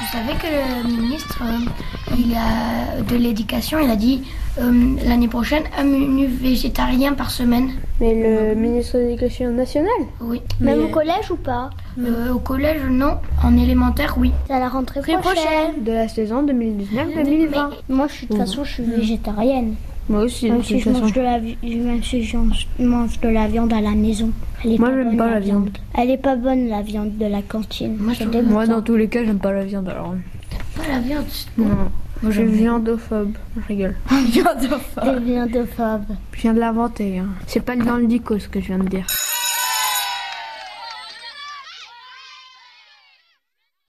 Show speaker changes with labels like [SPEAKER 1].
[SPEAKER 1] Vous savez que le ministre euh, il a, de l'Éducation, il a dit euh, l'année prochaine un menu végétarien par semaine.
[SPEAKER 2] Mais le ministre de l'Éducation nationale
[SPEAKER 1] Oui.
[SPEAKER 3] Même au collège ou pas
[SPEAKER 1] Euh, au collège, non. En élémentaire, oui.
[SPEAKER 3] C'est à la rentrée
[SPEAKER 2] Très
[SPEAKER 3] prochaine.
[SPEAKER 2] prochaine. De la saison 2019-2020.
[SPEAKER 3] Moi, je suis- de toute façon, je suis végétarienne.
[SPEAKER 2] Moi aussi, Mmh. de
[SPEAKER 3] Même Ah, si,
[SPEAKER 2] toute
[SPEAKER 3] je mange
[SPEAKER 2] façon.
[SPEAKER 3] de la, vi- même si je mange- mange de la viande à la maison. Elle est
[SPEAKER 2] Moi,
[SPEAKER 3] pas
[SPEAKER 2] j'aime
[SPEAKER 3] bonne,
[SPEAKER 2] pas la viande.
[SPEAKER 3] Elle est pas bonne, la viande de la cantine.
[SPEAKER 1] Moi,
[SPEAKER 3] C'est
[SPEAKER 1] je-
[SPEAKER 3] dégoûtant.
[SPEAKER 2] Moi, dans tous les cas, j'aime pas la viande alors.
[SPEAKER 1] Pas la viande.
[SPEAKER 2] Non, moi je suis viandophobe. Je rigole.
[SPEAKER 3] Des viandophobe.
[SPEAKER 2] Je viens de l'inventer. hein. C'est pas dans le dico ce que je viens de dire.